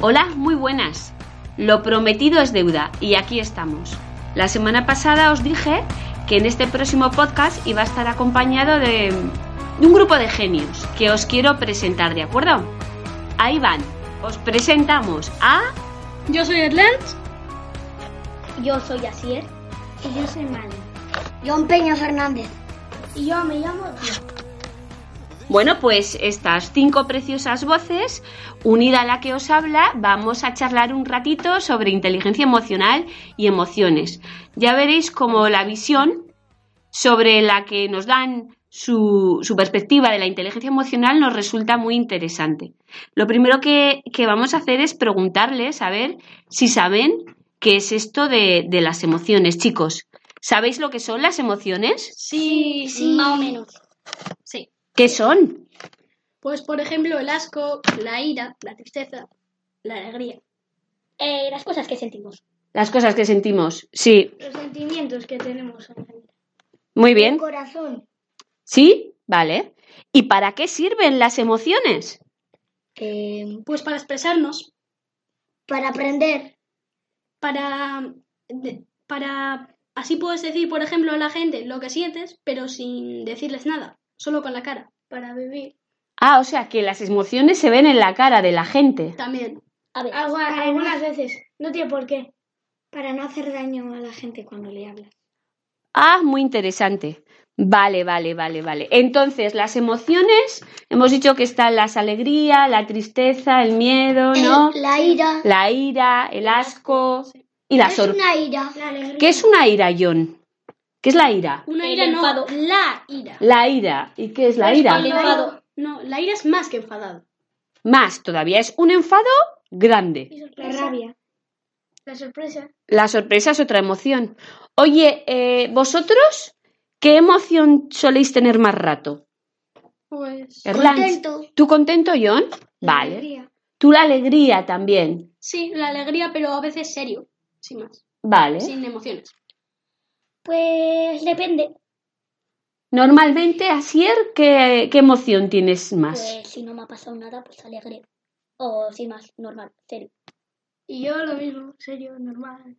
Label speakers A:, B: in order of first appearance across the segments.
A: Hola, muy buenas. Lo prometido es deuda y aquí estamos. La semana pasada os dije que en este próximo podcast iba a estar acompañado de, de un grupo de genios que os quiero presentar, ¿de acuerdo? Ahí van, os presentamos a...
B: Yo soy Erlench.
C: Yo soy Asier.
D: Y yo soy Mali.
E: John Peña Fernández.
F: Y yo me llamo Tío.
A: Bueno, pues estas cinco preciosas voces, unida a la que os habla, vamos a charlar un ratito sobre inteligencia emocional y emociones. Ya veréis como la visión sobre la que nos dan su, su perspectiva de la inteligencia emocional nos resulta muy interesante. Lo primero que, que vamos a hacer es preguntarles a ver si saben qué es esto de, de las emociones, chicos. ¿Sabéis lo que son las emociones?
B: Sí, sí.
C: Más o menos.
B: Sí.
A: ¿Qué son?
B: Pues, por ejemplo, el asco, la ira, la tristeza, la alegría.
C: Eh, las cosas que sentimos.
A: Las cosas que sentimos, sí.
F: Los sentimientos que tenemos en general.
A: Muy bien.
E: El corazón.
A: ¿Sí? Vale. ¿Y para qué sirven las emociones?
B: Eh, pues para expresarnos,
E: Para aprender.
B: para, de- para... Así puedes decir, por ejemplo, a la gente lo que sientes, pero sin decirles nada, solo con la cara.
F: Para vivir.
A: Ah, o sea que las emociones se ven en la cara de la gente.
B: También.
C: A ver,
F: Algu-
E: no-
F: algunas veces. No tiene por qué.
E: Para no hacer daño a la gente cuando le hablas.
A: Ah, muy interesante. Vale, vale, vale, vale. Entonces, las emociones, hemos dicho que están las alegría, la tristeza, el miedo, ¿no?
E: La ira.
A: La ira, el asco y la
E: es
A: sorpresa.
E: una ira.
F: La alegría.
A: ¿Qué es una ira, John? ¿Qué es la ira?
B: Una
C: El
B: ira
C: enfado.
B: no. La ira.
A: La ira. ¿Y qué es la ira?
C: El enfado.
B: No, la ira es más que enfadado.
A: Más todavía, es un enfado grande.
F: Y
E: La
F: sorpresa.
E: rabia.
F: La sorpresa.
A: La sorpresa es otra emoción. Oye, eh, ¿vosotros qué emoción soléis tener más rato?
B: Pues.
A: Erlanz,
E: Contento.
A: ¿Tú contento, John?
E: La
A: Vale.
E: alegría.
A: Tú la alegría también.
B: Sí, la alegría, pero a veces serio, sin más,
A: Vale.
B: sin emociones.
C: Pues depende.
A: Normalmente, Asier, ¿qué, qué emoción tienes más?
C: Pues si no me ha pasado nada, pues alegre. O sin más, normal, serio.
F: Y yo lo mismo. Serio, normal.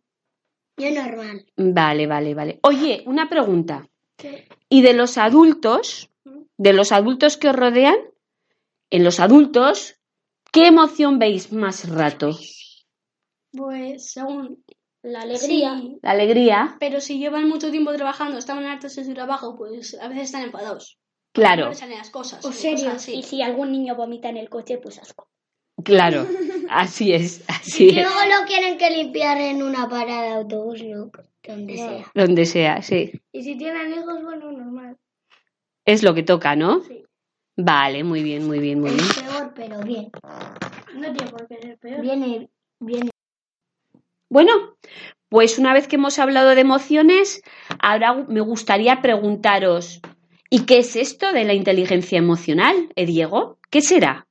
E: Yo normal.
A: Vale, vale, vale. Oye, una pregunta.
F: ¿Qué?
A: Y de los adultos, de los adultos que os rodean, en los adultos, ¿qué emoción veis más rato?
B: Pues según
C: La
B: sí,
C: alegría.
A: La alegría,
B: pero si llevan mucho tiempo trabajando, estaban hartos de su trabajo, pues a veces están enfadados. No
A: claro,
B: les salen las cosas.
E: O serio.
B: cosas
C: Y
B: así.
C: si algún niño vomita en el coche, pues asco.
A: claro, así es, así
E: Y
A: es,
E: luego lo quieren que limpiar en una parada de autobús, ¿no? Donde
F: No.
E: sea.
A: donde sea, sí,
F: Y si tienen hijos, bueno, normal.
A: es lo que toca, ¿no?
F: Sí.
A: Vale, muy bien, muy bien, muy bien.
E: Es peor, pero bien.
F: No tiene por qué ser peor.
E: Viene, viene.
A: Bueno, pues una vez que hemos hablado de emociones, ahora me gustaría preguntaros, ¿y qué es esto de la inteligencia emocional, eh, Diego? ¿Qué será?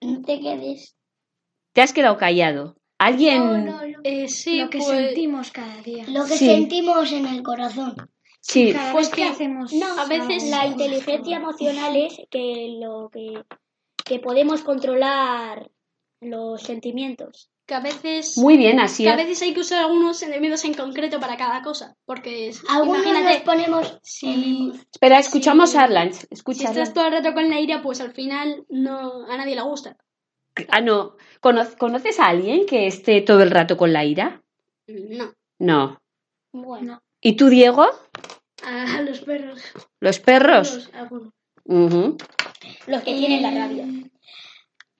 E: No te quedes.
A: Te has quedado callado. ¿Alguien?
E: No, no, no.
B: Eh, sí,
F: lo que
B: pues,
F: sentimos cada día.
E: Lo que
A: Sí.
E: sentimos en el corazón.
A: Sí,
F: Cada
B: Pues
F: vez
B: que-
F: que hacemos.
B: no, a veces-
C: La inteligencia emocional es que lo que, que podemos controlar los sentimientos.
B: que a veces.
A: muy bien, así
B: que a
A: es.
B: veces hay que usar algunos enemigos en concreto para cada cosa. Porque es-
E: Algunos nos
B: imagínate,
E: ponemos.
B: si,
A: Espera, escuchamos a Arlan.
B: si
A: Escucha,
B: estás
A: Arlan.
B: todo el rato con la ira, pues al final no a nadie le gusta.
A: Ah, no. ¿Cono- ¿Conoces a alguien que esté todo el rato con la ira?
B: No.
A: No.
C: Bueno,
A: ¿Y tú, Diego?
F: A los perros.
A: ¿Los perros?
F: Algunos, algunos.
A: Ujú.
C: los que tienen la rabia.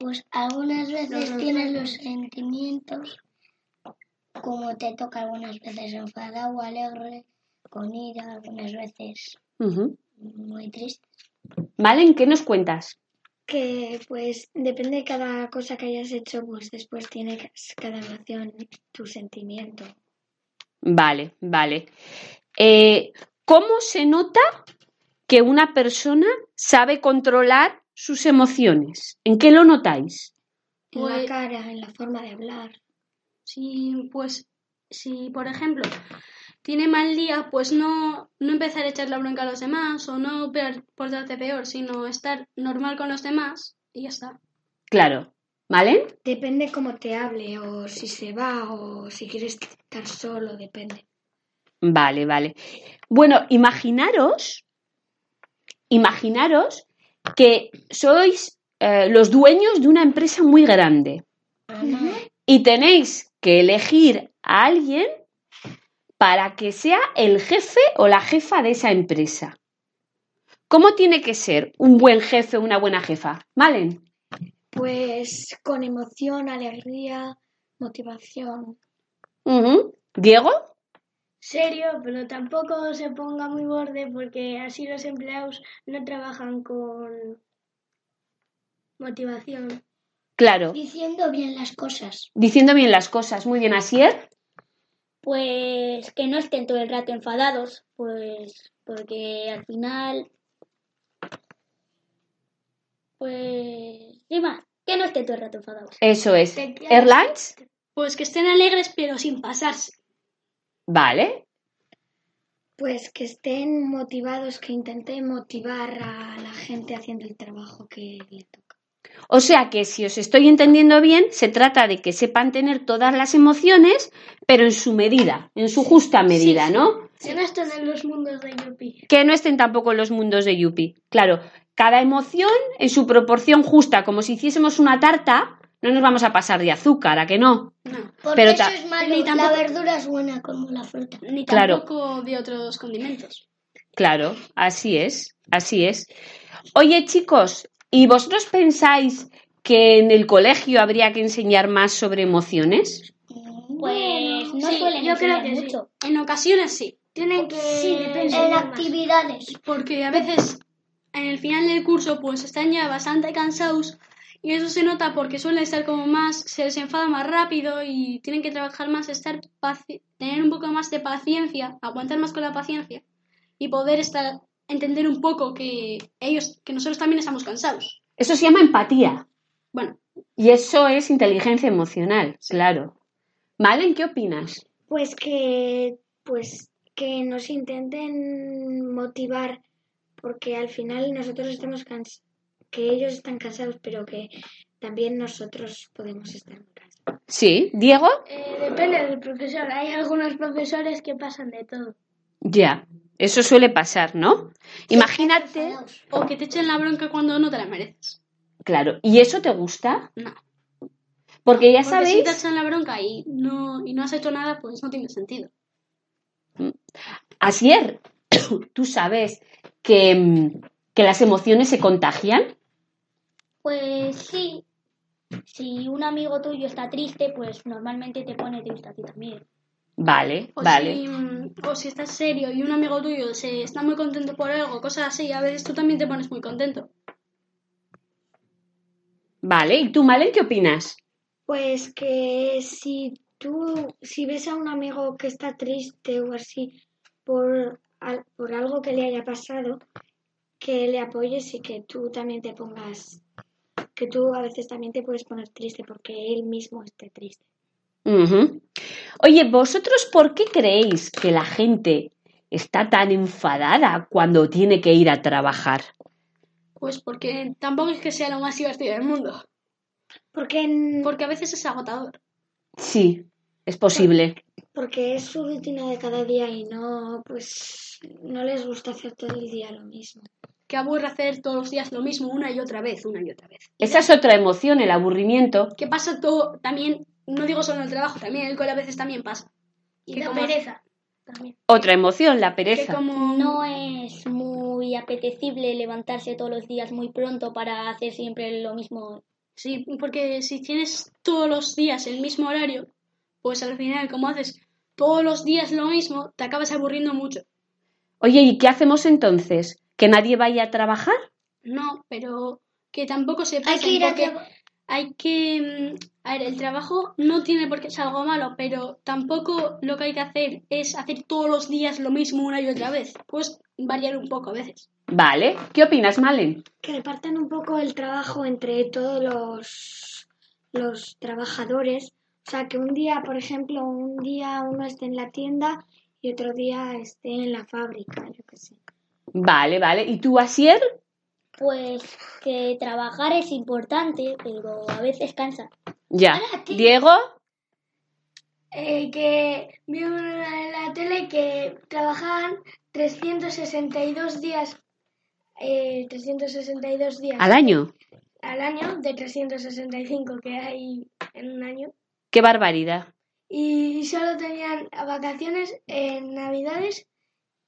E: Pues algunas veces
F: No, no,
E: tienes
F: no.
E: los sentimientos, como te toca algunas veces enfadado o alegre, con ira, algunas veces
A: Ujú.
E: muy triste.
A: Malen, ¿qué nos cuentas?
F: Que pues depende de cada cosa que hayas hecho, pues después tiene ca- cada emoción tu sentimiento.
A: Vale, vale. Eh, ¿Cómo se nota que una persona sabe controlar sus emociones? ¿En qué lo notáis?
E: En
B: Pues-
E: la cara, en la forma de hablar.
B: Si, pues, si, por ejemplo, tiene mal día, pues no, no empezar a echar la bronca a los demás o no per- portarte peor, sino estar normal con los demás y ya está.
A: Claro. ¿Vale?
F: Depende cómo te hable, o si se va, o si quieres estar solo, depende.
A: Vale, vale. Bueno, imaginaros, imaginaros que sois eh, los dueños de una empresa muy grande y tenéis que elegir a alguien para que sea el jefe o la jefa de esa empresa. ¿Cómo tiene que ser un buen jefe o una buena jefa? ¿Vale?
F: Pues con emoción, alegría, motivación.
A: Ujú. ¿Diego?
E: Serio, pero tampoco se ponga muy borde porque así los empleados no trabajan con motivación.
A: Claro.
E: Diciendo bien las cosas.
A: Diciendo bien las cosas. Muy bien, Asier.
C: Pues que no estén todo el rato enfadados, pues porque al final... Pues... ¿Qué más? Que no estén todo el rato enfadados.
A: Eso es.
E: Te quedas-
A: Erlands.
B: Pues que estén alegres, pero sin pasarse.
A: Vale.
F: Pues que estén motivados, que intenten motivar a la gente haciendo el trabajo que le toca.
A: O sea que si os estoy entendiendo bien, se trata de que sepan tener todas las emociones, pero en su medida, en su justa medida, ¿no?
E: Que no están en los mundos de Yupi.
A: Que no estén tampoco en los mundos de Yupi. Claro, cada emoción en su proporción justa, como si hiciésemos una tarta, no nos vamos a pasar de azúcar, ¿a que no?
B: No.
E: Porque
A: Pero
E: eso
A: ta-
E: es malo.
B: Ni tampoco-
E: La verdura es buena como la fruta.
B: Ni
A: Claro.
B: tampoco de otros condimentos.
A: Claro, así es, así es. Oye, chicos, ¿y vosotros pensáis que en el colegio habría que enseñar más sobre emociones?
C: Pues no
B: Sí,
C: suelen
B: yo creo
C: enseñar
B: que sí.
C: mucho.
B: En ocasiones sí,
E: Tienen que... en actividades.
B: porque a veces en el final del curso pues están ya bastante cansados y eso se nota porque suelen estar como más, se les enfada más rápido y tienen que trabajar más, estar paci- tener un poco más de paciencia, aguantar más con la paciencia y poder estar entender un poco que ellos, que nosotros también estamos cansados.
A: Eso se llama empatía.
B: Bueno,
A: Y eso es inteligencia emocional, claro. Malen, ¿qué opinas?
F: Pues que, pues que nos intenten motivar, porque al final nosotros estamos cansados, que ellos están cansados, pero que también nosotros podemos estar cansados.
A: Sí, Diego.
C: Eh,
E: depende del profesor. Hay algunos profesores que pasan de todo.
A: Ya, eso suele pasar, ¿no? Imagínate,
B: o que te echen la bronca cuando no te la mereces.
A: claro, ¿y eso te gusta?
B: No.
A: Porque ya
B: Porque si te
A: sabéis,
B: echan la bronca y no, y no has hecho nada, pues no tiene sentido.
A: Asier, tú sabes que, mm, que las emociones se contagian.
C: Pues sí. Si un amigo tuyo está triste, pues normalmente te pone triste a ti también.
A: Vale,
B: O,
A: vale.
B: si, mm, o si estás serio y un amigo tuyo se está muy contento por algo, cosas así, a veces tú también te pones muy contento.
A: Vale, ¿y tú, Malen, qué opinas?
F: Pues que si tú, si ves a un amigo que está triste o así por, al- por algo que le haya pasado, que le apoyes y que tú también te pongas, que tú a veces también te puedes poner triste porque él mismo esté triste.
A: Ujú. Oye, ¿vosotros por qué creéis que la gente está tan enfadada cuando tiene que ir a trabajar?
B: Pues porque tampoco es que sea lo más divertido del mundo.
F: Porque, en-
B: Porque a veces es agotador.
A: Sí, es posible.
F: porque es su rutina de cada día y no, pues, no les gusta hacer todo el día lo mismo.
B: Que aburre hacer todos los días lo mismo una y otra vez, una y otra vez.
A: Esa es otra emoción, el aburrimiento.
B: Que pasa todo también, no digo solo en el trabajo, también en el cole a veces también pasa.
E: Y
B: Que
E: la
B: como-
E: pereza. También.
A: Otra emoción, la
B: Que
A: pereza.
B: como
C: No es muy apetecible levantarse todos los días muy pronto para hacer siempre lo mismo.
B: Sí, porque si tienes todos los días el mismo horario, pues al final, como haces todos los días lo mismo, te acabas aburriendo mucho.
A: Oye, ¿y qué hacemos entonces? ¿Que nadie vaya a trabajar?
B: No, pero que tampoco se
E: Hay
B: pasen
E: que ir a
B: porque
E: tra-
B: hay que... mm, A ver, el trabajo no tiene por qué ser algo malo, pero tampoco lo que hay que hacer es hacer todos los días lo mismo una y otra vez. Pues variar un poco a veces.
A: Vale. ¿Qué opinas, Malen?
F: que repartan un poco el trabajo entre todos los, los trabajadores. O sea, que un día, por ejemplo, un día uno esté en la tienda y otro día esté en la fábrica, yo qué sé.
A: Vale, vale. ¿Y tú, Asier?
C: Pues que trabajar es importante, pero a veces cansa.
A: Ya. Diego,
F: Eh, que vi una en la tele que trabajaban 362 días, eh, 362 días
A: al año.
F: al año, de 365 que hay en un año,
A: Qué barbaridad.
F: y solo tenían vacaciones en Navidades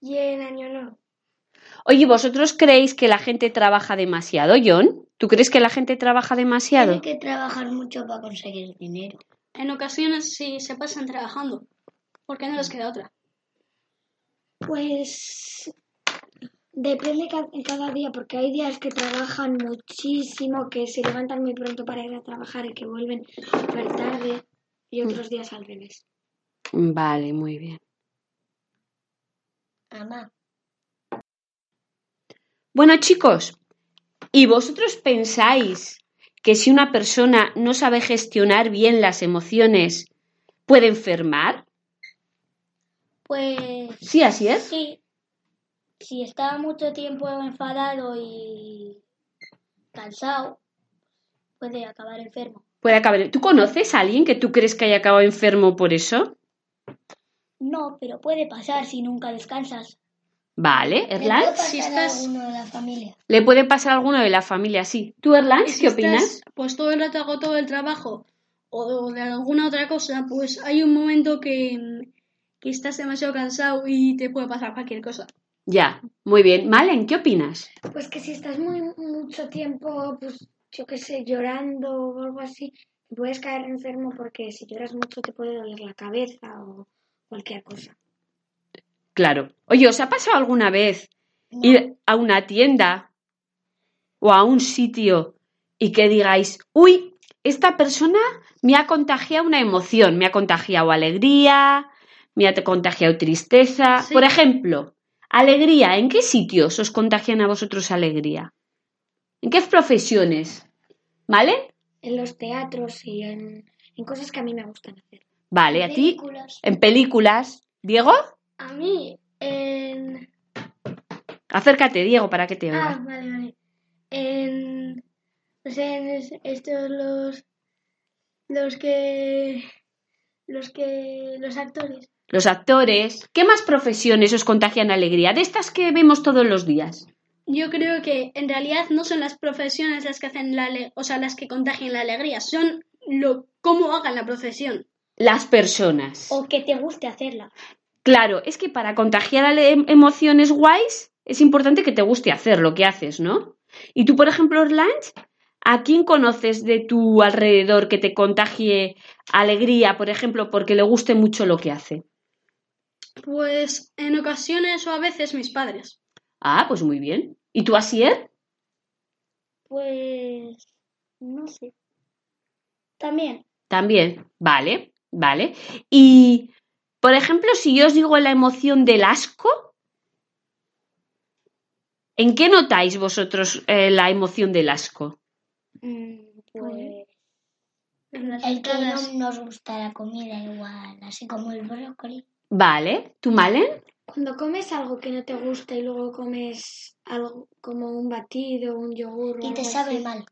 F: y en Año Nuevo.
A: Oye, ¿vosotros creéis que la gente trabaja demasiado, John? ¿Tú crees que la gente trabaja demasiado?
E: Tiene que trabajar mucho para conseguir dinero.
B: En ocasiones sí se pasan trabajando, porque no les queda otra.
F: Pues depende ca- cada día, porque hay días que trabajan muchísimo, que se levantan muy pronto para ir a trabajar y que vuelven súper tarde, y otros días al revés.
A: Vale, muy bien.
E: Mamá,
A: Bueno, chicos, ¿y vosotros pensáis que si una persona no sabe gestionar bien las emociones, puede enfermar?
C: Pues
A: Sí, así es.
C: sí, si está mucho tiempo enfadado y cansado, puede acabar enfermo.
A: Puede acabar. ¿Tú conoces a alguien que tú crees que haya acabado enfermo por eso?
C: No, pero puede pasar si nunca descansas.
A: Vale, Erlan.
E: si
B: Si estás-
E: estás uno de la familia.
A: Le puede pasar a alguno de la familia, sí. ¿Tú, Erlan,
B: Y si
A: qué opinas?
B: estás, Pues todo el rato agotado del trabajo o de alguna otra cosa, pues hay un momento que, mm, que estás demasiado cansado y te puede pasar cualquier cosa.
A: Ya, muy bien. Malen, ¿qué opinas?
F: Pues que si estás muy mucho tiempo, pues yo qué sé, llorando o algo así, puedes caer enfermo porque si lloras mucho te puede doler la cabeza o cualquier cosa.
A: Claro. Oye, ¿os ha pasado alguna vez ir a una tienda o a un sitio y que digáis, uy, esta persona me ha contagiado una emoción, me ha contagiado alegría, me ha contagiado tristeza?
B: Sí.
A: Por ejemplo, alegría, ¿en qué sitios os contagian a vosotros alegría? ¿En qué profesiones? ¿Vale?
F: En los teatros y en, en cosas que a mí me gustan hacer.
A: Vale, a ti. En películas. Diego,
F: A mí, en...
A: acércate, Diego, para que te
F: Ah,
A: oiga.
F: vale, vale. En, o sea, en es- estos los los que los que los actores.
A: los actores. ¿Qué más profesiones os contagian alegría? De estas que vemos todos los días.
B: Yo creo que en realidad no son las profesiones las que hacen la ale- o sea, las que contagian la alegría, son lo cómo hagan la profesión.
A: Las personas.
C: O que te guste hacerla.
A: Claro, es que para contagiar ale- em- emociones guays es importante que te guste hacer lo que haces, ¿no? Y tú, por ejemplo, Orlange, ¿a quién conoces de tu alrededor que te contagie alegría, por ejemplo, porque le guste mucho lo que hace?
B: Pues en ocasiones o a veces mis padres.
A: Ah, pues muy bien. ¿Y tú, Asier?
C: Pues no sé. También.
A: También, vale, vale. Y, por ejemplo, si yo os digo la emoción del asco, ¿en qué notáis vosotros eh, la emoción del asco?
C: mm,
F: Oye.
C: pues
B: En las
E: El que
B: entradas.
E: no nos gusta la comida igual, así como el brócoli.
A: Vale, ¿tú, Malen?
F: Cuando comes algo que no te gusta y luego comes algo como un batido, un yogur o
E: Y te
C: Pues
F: algo
E: sabe
F: así.
E: mal.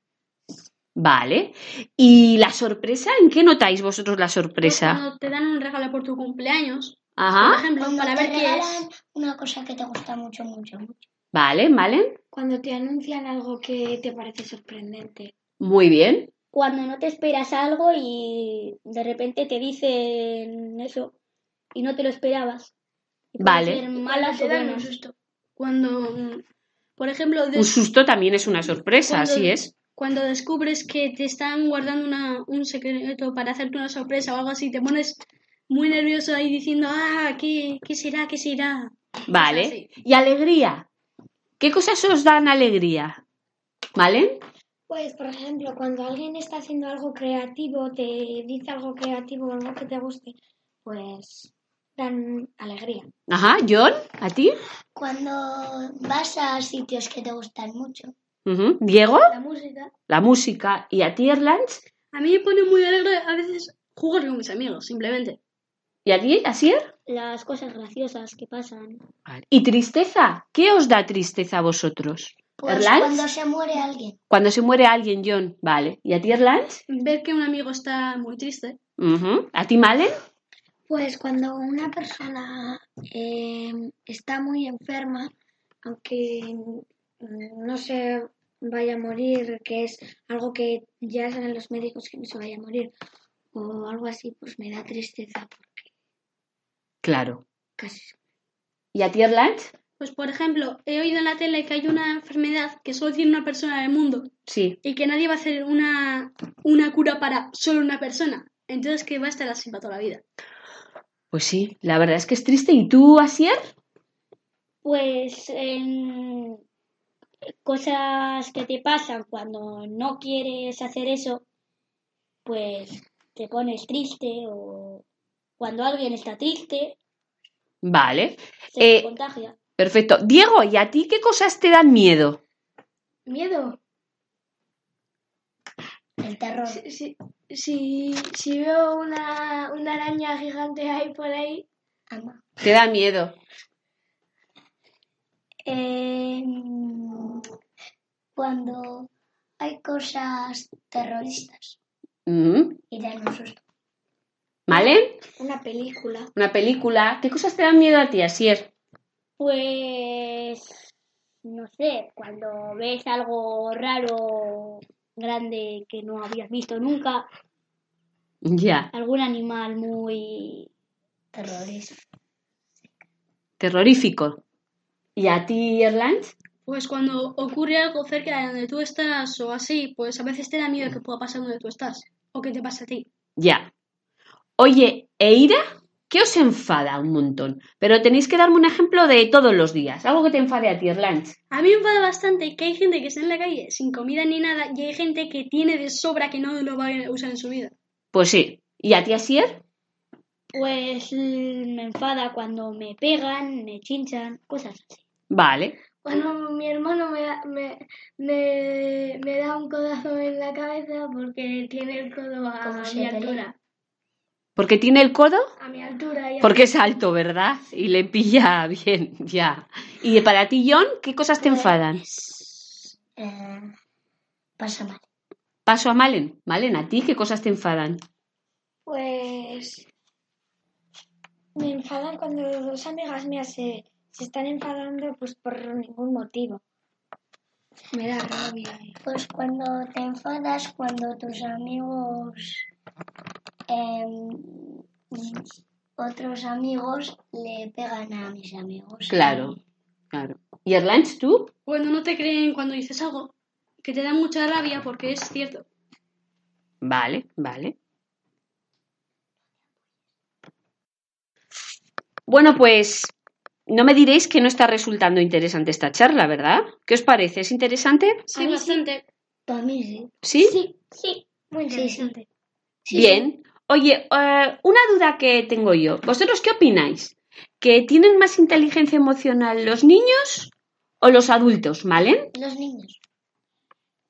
A: Vale. ¿Y la sorpresa? ¿En qué notáis vosotros la
B: Pues
A: sorpresa?
B: cuando te dan un regalo por tu cumpleaños, por
A: Ajá,
B: ejemplo,
E: Cuando
B: para
E: te
B: ver qué es.
E: regalan una cosa que te gusta mucho, mucho, mucho.
A: vale, Malen.
F: Cuando te anuncian algo que te parece sorprendente.
A: Muy bien.
C: cuando no te esperas algo y de repente te dicen eso y no te lo esperabas. Y pueden
A: Vale.
C: ser
B: Cuando
C: malas
B: te
C: o
B: dan un
C: buenas.
E: Pues,
B: susto. Cuando, mm, por ejemplo,
A: Un
B: des-
A: susto también es una sorpresa,
B: cuando-
A: así es.
B: Cuando descubres que te están guardando una, un secreto para hacerte una sorpresa o algo así, te pones muy nervioso ahí diciendo, ah, ¿qué, qué será? ¿Qué será?
A: Vale. ¿Y alegría? ¿Qué cosas os dan alegría? ¿Malen?
F: Pues, por ejemplo, cuando alguien está haciendo algo creativo, te dice algo creativo, algo que te guste, pues dan alegría.
A: Ajá, John, ¿a ti?
E: Cuando vas a sitios que te gustan mucho.
A: Ujú. Diego,
F: La música.
A: la música. ¿Y a ti, Erlands?
B: A mí me pone muy alegre a veces jugar con mis amigos, simplemente.
A: ¿Y a ti, Asier?
C: Las cosas graciosas que pasan.
A: ¿Y tristeza? ¿Qué os da tristeza a vosotros?
E: Pues
A: ¿Erlanz?
E: cuando se muere alguien.
A: Cuando se muere alguien, John. Vale. ¿Y a ti, Erlanz?
B: Ver que un amigo está muy triste.
A: Ujú. ¿A ti, Malen?
F: Pues cuando una persona eh, está muy enferma, aunque mm, no se vaya a morir, que es algo que ya saben los médicos que no se vaya a morir, o algo así, pues me da tristeza porque
A: Claro.
F: casi
A: ¿Y a ti, Erlanz?
B: Pues, por ejemplo, he oído en la tele que hay una enfermedad que solo tiene una persona en el mundo
A: Sí.
B: y que nadie va a hacer una, una cura para solo una persona. Entonces, que va a estar así para toda la vida.
A: Pues sí, la verdad es que es triste. ¿Y tú, Asier?
C: Pues en cosas que te pasan cuando no quieres hacer eso, pues te pones triste o cuando alguien está triste
A: Vale.
C: se
A: Eh,
C: contagia.
A: Perfecto. Diego, ¿y a ti qué cosas te dan miedo?
F: miedo.
E: El terror.
F: Si, si, si, si veo una, una araña gigante ahí por ahí,
E: Ama.
A: Te da miedo.
E: Eh,
C: Em,
E: cuando hay cosas terroristas
A: Ujú.
E: y dan un susto.
A: ¿Vale?
F: una película.
A: Una película. ¿Qué cosas te dan miedo a ti, Asier?
C: Pues no sé, cuando ves algo raro, grande que no habías visto nunca,
A: Ya.
C: algún animal muy
E: Terrorista.
A: Terrorífico. ¿Y a ti, Erland?
B: Pues cuando ocurre algo cerca de donde tú estás o así, pues a veces te da miedo que pueda pasar donde tú estás o que te pase a ti.
A: Ya. Oye, Eira, ¿qué os enfada un montón? Pero tenéis que darme un ejemplo de todos los días. Algo que te enfade a ti, Erland.
B: A mí me enfada bastante que hay gente que está en la calle sin comida ni nada y hay gente que tiene de sobra que no lo va a usar en su vida.
A: Pues sí. ¿Y a ti, Asier?
C: Pues mm, me enfada cuando me pegan, me chinchan, cosas así.
A: Vale.
F: Cuando mi hermano me da, me, me, me da un codazo en la cabeza porque tiene el codo a
E: Como
F: mi
E: se
F: altura.
A: ¿Porque tiene el codo?
F: A mi altura y a-
A: Porque es alto, ¿verdad? Y le pilla bien, ya. ¿Y para ti, John, qué cosas te enfadan?
E: Eh, pasa mal.
A: Paso a Malen. Malen, ¿a ti qué cosas te enfadan?
F: Pues me enfadan cuando dos amigas mías se, se están enfadando pues por ningún motivo. Me da rabia. eh.
E: Pues cuando te enfadas, cuando tus amigos, em, otros amigos le pegan a mis amigos.
A: Claro, claro. ¿Y Erlands, tú?
B: Cuando no te creen cuando dices algo, que te da mucha rabia porque es cierto.
A: Vale, vale. Bueno, pues no me diréis que no está resultando interesante esta charla, ¿verdad? ¿Qué os parece? ¿Es interesante?
B: Sí, bastante.
E: Para mí sí.
A: ¿Sí?
E: Sí.
F: Muy interesante.
A: Bien. Oye, eh, una duda que tengo yo. ¿Vosotros qué opináis? ¿Que tienen más inteligencia emocional los niños o los adultos, ¿vale?
E: Los niños.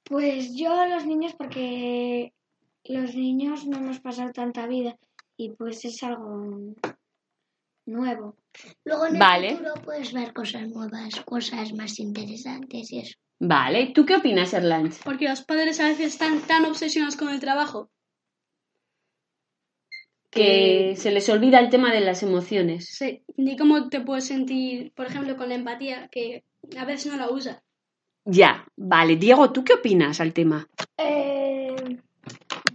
F: Pues yo a los niños porque los niños no hemos pasado tanta vida y pues es algo nuevo.
E: Luego en
A: Vale.
E: el futuro puedes ver cosas nuevas, cosas más interesantes y eso.
A: Vale. ¿Tú qué opinas, Erlanz?
B: Porque los padres a veces están tan obsesionados con el trabajo.
A: que se les olvida el tema de las emociones.
B: Sí. Ni cómo te puedes sentir, por ejemplo, con la empatía, que a veces no la usa.
A: Ya, vale. Diego, ¿tú qué opinas al tema?
F: Eh,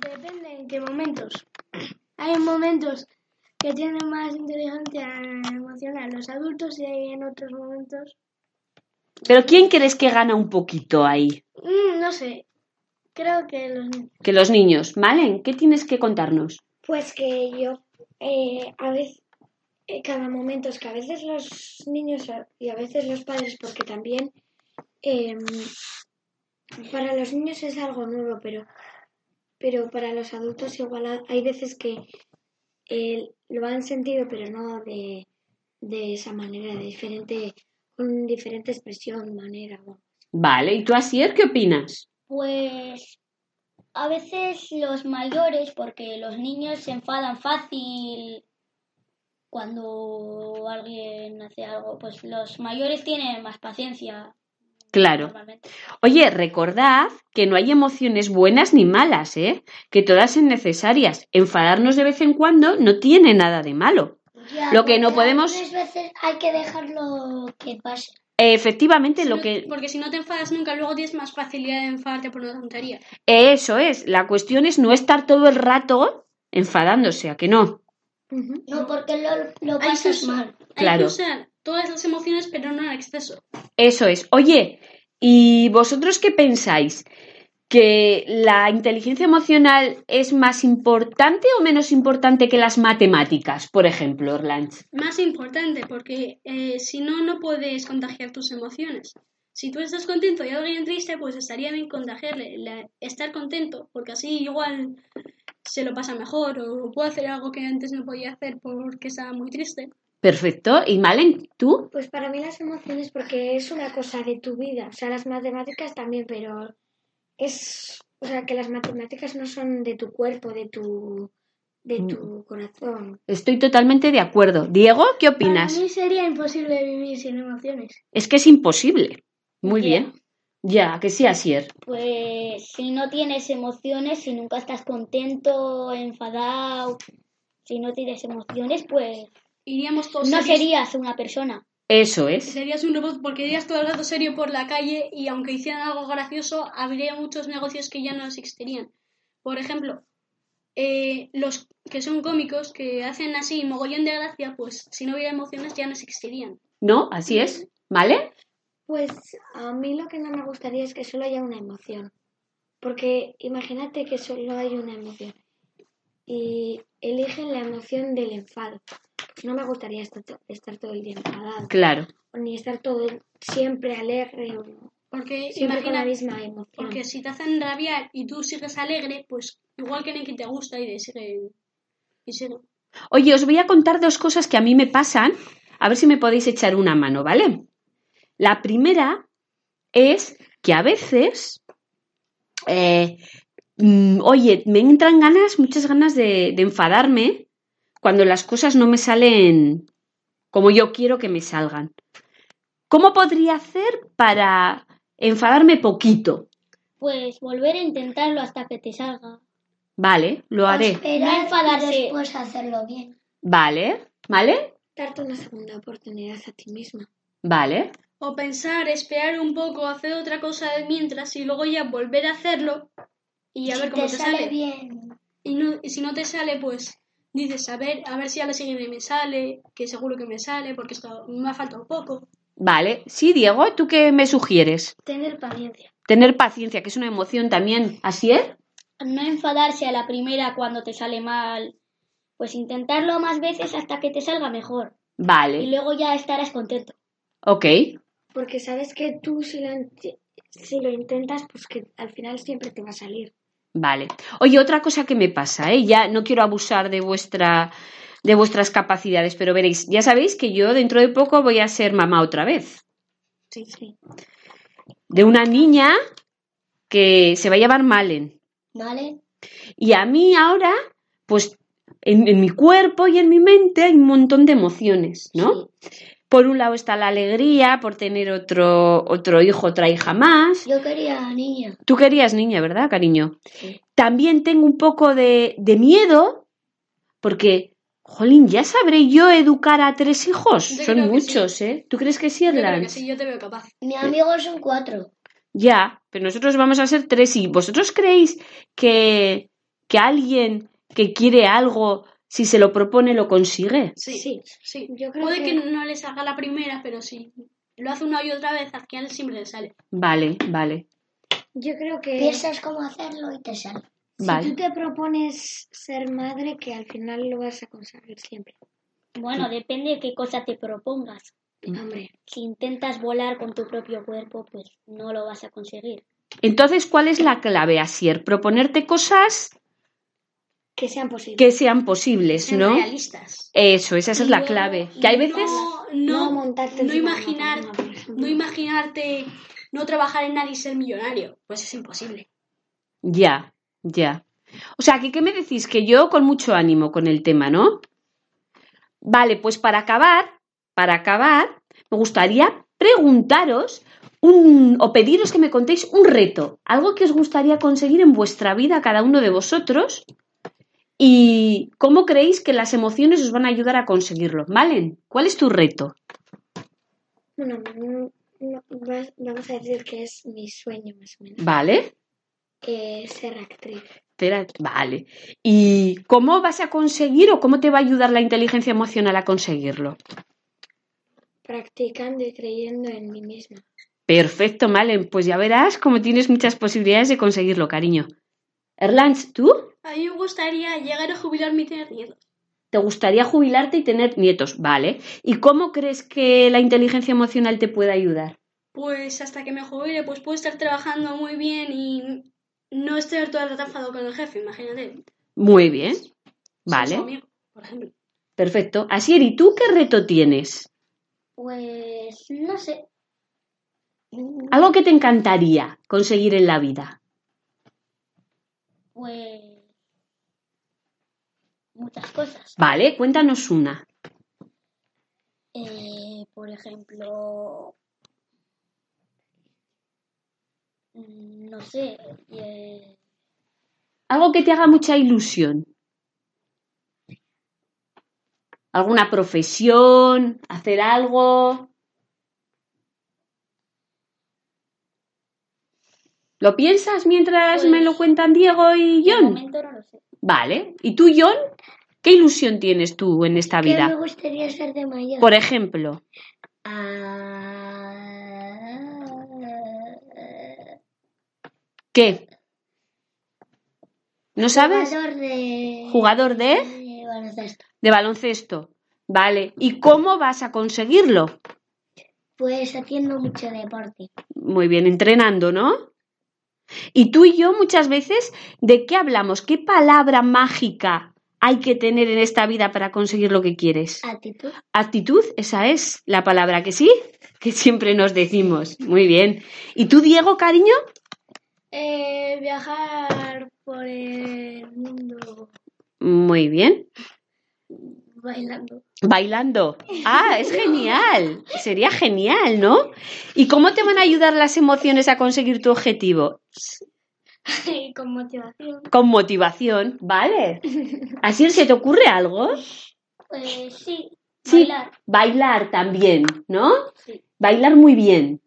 F: depende en qué momentos. Hay momentos que tienen más inteligencia emocional los adultos y hay en otros momentos,
A: Pero ¿quién crees que gana un poquito ahí?
F: Mm, no sé, creo que los niños.
A: Que los niños. Malen, ¿qué tienes que contarnos?
F: Pues que yo, eh, a veces, eh, cada momento es que a veces los niños a- y a veces los padres, porque también eh, para los niños es algo nuevo, pero, pero para los adultos igual ha- hay veces que eh, lo han sentido, pero no de, de esa manera, de diferente, con diferente expresión, manera. o-
A: Vale, ¿y tú, Asier, qué opinas?
C: Pues a veces los mayores, porque los niños se enfadan fácil cuando alguien hace algo, pues los mayores tienen más paciencia
A: Claro.
E: normalmente.
A: Oye, recordad que no hay emociones buenas ni malas, ¿eh? Que todas son necesarias. Enfadarnos de vez en cuando no tiene nada de malo.
E: Ya,
A: Lo que no
E: porque
A: podemos-
E: algunas veces hay que dejarlo que pase.
A: Efectivamente, lo
B: No-
A: que
B: Porque si no te enfadas nunca, luego tienes más facilidad de enfadarte por una tontería.
A: eso es, la cuestión es no estar todo el rato enfadándose, ¿a que no?
F: Ujú.
E: No, porque lo, lo
B: Hay que
E: pasas
B: usar-
E: mal.
B: Hay
A: Claro.
B: que usar todas las emociones, pero no en exceso.
A: Eso es. Oye, ¿y vosotros qué pensáis? ¿Que la inteligencia emocional es más importante o menos importante que las matemáticas, por ejemplo, Orlands?
B: Más importante, porque eh, si no, no puedes contagiar tus emociones. Si tú estás contento y alguien triste, pues estaría bien contagiarle, la- estar contento, porque así igual se lo pasa mejor o puede hacer algo que antes no podía hacer porque estaba muy triste.
A: Perfecto. ¿Y Malen, tú?
F: Pues para mí las emociones, porque es una cosa de tu vida, o sea, las matemáticas también, pero es, o sea, que las matemáticas no son de tu cuerpo, de tu, de tu corazón.
A: Estoy totalmente de acuerdo. Diego, ¿qué opinas?
E: sería imposible vivir sin emociones.
A: Es que es imposible. Muy
C: Ya.
A: bien. Ya, que sí, Asier.
C: Pues si no tienes emociones, si nunca estás contento, enfadado, si no tienes emociones, pues
B: Iríamos todos
C: no
B: serios-
C: serías una persona.
A: Eso es.
B: Serías un robot porque irías todo el rato serio por la calle y aunque hicieran algo gracioso, habría muchos negocios que ya no existirían. Por ejemplo, eh, los que son cómicos, que hacen así mogollón de gracia, pues si no hubiera emociones ya no existirían.
A: ¿No? Así es. ¿Vale?
F: Pues a mí lo que no me gustaría es que solo haya una emoción, porque imagínate que solo hay una emoción y eligen la emoción del enfado. Pues no me gustaría estar, to- estar todo el día enfadado,
A: Claro.
F: ni estar todo el- siempre alegre, o
B: Porque
F: siempre con la
B: imagina,
F: misma emoción.
B: porque si te hacen rabiar y tú sigues alegre, pues igual creen que te gusta y te siguen. Y siguen.
A: Oye, os voy a contar dos cosas que a mí me pasan, a ver si me podéis echar una mano, ¿vale? La primera es que a veces, eh, mm, oye, me entran ganas, muchas ganas de, de enfadarme cuando las cosas no me salen como yo quiero que me salgan. ¿Cómo podría hacer para enfadarme poquito?
C: Pues volver a intentarlo hasta que te salga.
A: Vale, lo
E: Pues
A: haré.
E: Esperar
C: No enfadarse.
E: y después hacerlo bien.
A: Vale, vale,
F: Darte una segunda oportunidad a ti misma.
A: vale.
B: O pensar, esperar un poco, hacer otra cosa mientras y luego ya volver a hacerlo y a
E: si
B: ver cómo
E: te, sale,
B: sale.
E: bien.
B: Y, no- y si no te sale, pues dices, a ver, a ver si a la siguiente me sale, que seguro que me sale, porque esto me ha faltado poco.
A: Vale, sí, Diego, ¿tú qué me sugieres?
E: Tener paciencia.
A: Tener paciencia, que es una emoción también, ¿así es?
C: No enfadarse a la primera cuando te sale mal. Pues intentarlo más veces hasta que te salga mejor. Y
A: Vale,
C: luego ya estarás contento.
A: ok,
F: Porque sabes que tú si lo, int- si lo intentas, pues que al final siempre te va a salir.
A: vale. Oye, otra cosa que me pasa, ¿eh? Ya no quiero abusar de vuestra de vuestras capacidades, pero veréis, ya sabéis que yo dentro de poco voy a ser mamá otra vez,
F: Sí, sí.
A: de una niña que se va a llamar Malen.
E: ¿Vale?
A: Y a mí ahora, pues en, en mi cuerpo y en mi mente hay un montón de emociones, ¿no? Por un lado está la alegría por tener otro, otro hijo, otra hija más.
E: Yo quería niña.
A: Tú querías niña, ¿verdad, cariño? También tengo un poco de, de miedo porque, jolín, ya sabré yo educar a tres hijos.
B: Yo
A: Son
B: creo que
A: muchos, ¿eh? ¿Tú crees que sí,
B: Yo creo
A: Erlan?
B: que sí, yo te veo capaz.
E: Mi amigo son cuatro.
A: Ya, pero nosotros vamos a ser tres. ¿Y vosotros creéis que, que alguien que quiere algo, si se lo propone, lo consigue?
B: Sí, sí.
F: Sí. Yo creo
B: Puede
F: que,
B: que no le salga la primera, pero si lo hace una y otra vez, al final siempre le sale.
A: Vale, vale,
F: yo creo que
E: Piensas cómo hacerlo y te sale.
F: si tú
A: vale.
F: te propones ser madre, que al final lo vas a conseguir siempre.
C: Bueno, depende de qué cosa te propongas.
F: Hombre,
C: Si intentas volar con tu propio cuerpo, pues no lo vas a conseguir.
A: Entonces, ¿cuál es la clave, Asier? Proponerte cosas
F: que sean posibles.
A: que sean posibles,
B: Ser
A: ¿no?
B: realistas.
A: Eso, esa es
B: Y
A: la
B: luego,
A: clave. Que hay veces...
B: No,
F: No,
B: no,
F: montarte
B: no
F: encima de una
B: imaginar,
F: persona, por ejemplo.
B: no imaginarte no trabajar en nadie y ser millonario. Pues es imposible.
A: Ya, ya. O sea, que, ¿qué me decís? Que yo con mucho ánimo con el tema, ¿no? Vale, pues para acabar, para acabar, me gustaría preguntaros un, o pediros que me contéis un reto, algo que os gustaría conseguir en vuestra vida cada uno de vosotros y cómo creéis que las emociones os van a ayudar a conseguirlo. Valen, ¿cuál es tu reto?
F: Bueno, no- no, va- vamos a decir que es mi sueño más o menos,
A: Vale,
F: eh, ser actriz.
A: Espera, vale. ¿Y cómo vas a conseguir o cómo te va a ayudar la inteligencia emocional a conseguirlo?
F: practicando y creyendo en mí misma.
A: Perfecto, Malen, pues ya verás cómo tienes muchas posibilidades de conseguirlo, cariño. Erlands, ¿tú?
B: A mí me gustaría llegar a jubilarme y tener nietos.
A: ¿Te gustaría jubilarte y tener nietos? Vale. ¿Y cómo crees que la inteligencia emocional te puede ayudar?
B: Pues hasta que me jubile, pues puedo estar trabajando muy bien y no estar todo el rato enfadado con el jefe, imagínate.
A: Muy bien.
B: Soy su
A: Vale.
B: amigo, por ejemplo.
A: Perfecto. Asier, ¿y tú qué reto tienes?
E: Pues no sé. Mm,
A: Algo que te encantaría conseguir en la vida.
E: Pues muchas cosas.
A: Vale, cuéntanos una.
E: Eh, por ejemplo, mm, no sé, eh,
A: Algo que te haga mucha ilusión. ¿Alguna profesión? ¿Hacer algo? ¿Lo piensas mientras me
E: Pues,
A: lo cuentan Diego y
E: de
A: John?
E: momento no lo sé.
A: Vale. ¿Y tú, John? ¿Qué ilusión tienes tú en esta
E: ¿Qué me
A: vida?
E: gustaría ser de mayor?
A: Por ejemplo,
E: Ah,
A: ¿qué? ¿No sabes?
E: Jugador de...
A: Jugador de,
E: de baloncesto.
A: de baloncesto. Vale. ¿Y cómo vas a conseguirlo?
E: Pues haciendo mucho deporte.
A: Muy bien, entrenando, ¿no? Y tú y yo muchas veces, ¿de qué hablamos? ¿Qué palabra mágica hay que tener en esta vida para conseguir lo que quieres?
E: Actitud.
A: Actitud, esa es la palabra que sí, que siempre nos decimos. Muy bien. ¿Y tú, Diego, cariño?
B: Eh, viajar por el mundo.
A: Muy bien.
E: Bailando.
A: Bailando. Ah, es genial. Sería genial, ¿no? ¿Y cómo te van a ayudar las emociones a conseguir tu objetivo?
E: Con motivación.
A: Con motivación, ¿vale? Así se te ocurre algo.
E: Pues sí.
A: Sí.
E: Bailar.
A: Bailar también, ¿no?
E: Sí.
A: Bailar muy bien.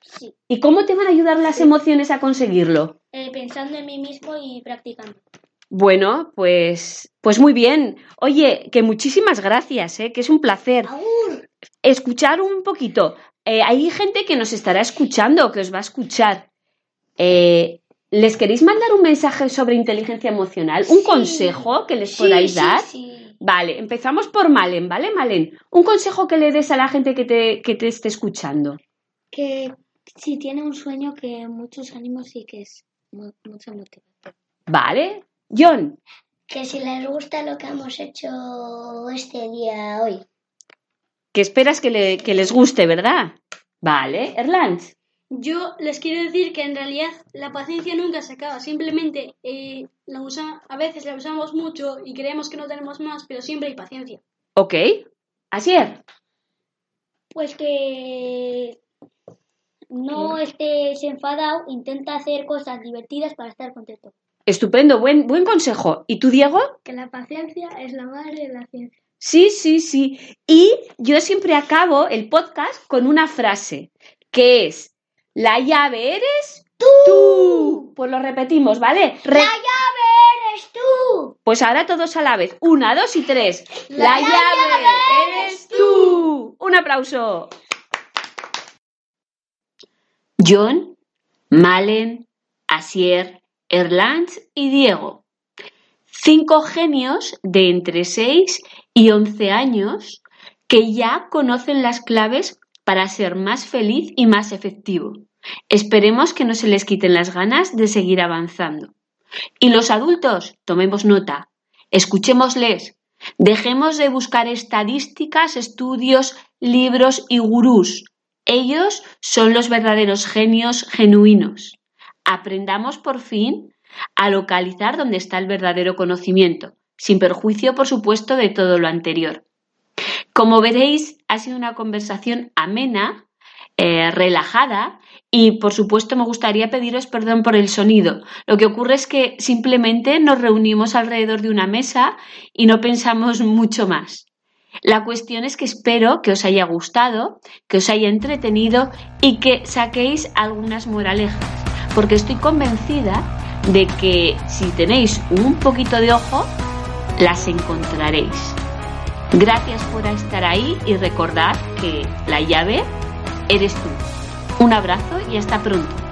E: Sí.
A: ¿Y cómo te van a ayudar las emociones a conseguirlo?
E: Eh, pensando en mí mismo y practicando.
A: Bueno, pues, pues muy bien. Oye, que muchísimas gracias, ¿eh? que es un placer
E: ¡Aur!
A: escuchar un poquito. Eh, hay gente que nos estará escuchando, que os va a escuchar. Eh, ¿Les queréis mandar un mensaje sobre inteligencia emocional? ¿Un
E: Sí.
A: consejo que les podáis dar? Vale, empezamos por Malen, ¿vale, Malen? Un consejo que le des a la gente que te, que te esté escuchando.
F: Que si tiene un sueño que muchos ánimos y que es mu- mucha motivación.
A: Vale. John,
E: Que si les gusta lo que hemos hecho este día hoy.
A: que esperas que, le- que les guste, ¿verdad? Vale. Erlands,
B: Yo les quiero decir que en realidad la paciencia nunca se acaba, simplemente eh, la usa, a veces la usamos mucho y creemos que no tenemos más, pero siempre hay paciencia.
A: ok. Asier,
E: Pues que no estés enfadado, intenta hacer cosas divertidas para estar contento.
A: estupendo, buen, buen consejo. ¿Y tú, Diego?
B: Que la paciencia es la madre de la ciencia.
A: Sí, sí, sí. Y yo siempre acabo el podcast con una frase, que es, la llave eres tú. Pues lo repetimos, ¿vale? Re-
E: llave eres tú!
A: Pues ahora todos a la vez. Una, dos y tres. La, llave, eres tú. Un aplauso. John, Malen, Asier, Erlands y Diego. Cinco genios de entre 6 y 11 años que ya conocen las claves para ser más feliz y más efectivo. Esperemos que no se les quiten las ganas de seguir avanzando. Y los adultos, tomemos nota, escuchémosles, dejemos de buscar estadísticas, estudios, libros y gurús. Ellos son los verdaderos genios genuinos. Aprendamos por fin a localizar dónde está el verdadero conocimiento, sin perjuicio, por supuesto, de todo lo anterior. Como veréis, ha sido una conversación amena, eh, relajada Y por supuesto me gustaría pediros perdón por el sonido. Lo que ocurre es que simplemente nos reunimos alrededor de una mesa y no pensamos mucho más. La cuestión es que espero que os haya gustado, que os haya entretenido y que saquéis algunas moralejas, porque estoy convencida de que si tenéis un poquito de ojo, las encontraréis. Gracias por estar ahí y recordad que la llave eres tú. Un abrazo y hasta pronto.